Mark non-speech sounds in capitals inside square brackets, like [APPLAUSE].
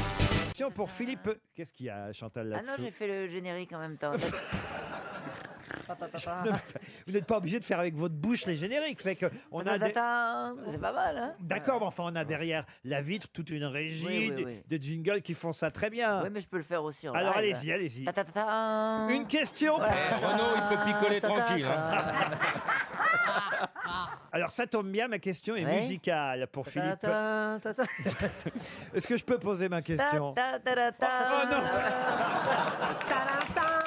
question pour Philippe. Qu'est-ce qu'il y a, Chantal, Euh. Ah là-dessous non, j'ai fait le générique en même [LAUGHS] temps. Vous n'êtes pas obligé de faire avec votre bouche les génériques. Fait que on Ah a des- C'est pas mal, hein D'accord, mais enfin, on a derrière la vitre toute une régie Oui, oui, de- oui. de jingles qui font ça très bien. Oui, mais je peux le faire aussi en Ah. Alors live. allez-y, allez-y. Ta ta ta ta. Une question. Renaud, il peut picoler Ta ta ta. tranquille. hein. Alors ça tombe bien, ma question est Ouais. musicale pour Ta Philippe. ta ta ta. Est-ce que je peux poser ma Ta question ta ta ta ta. Oh non Ta ta ta.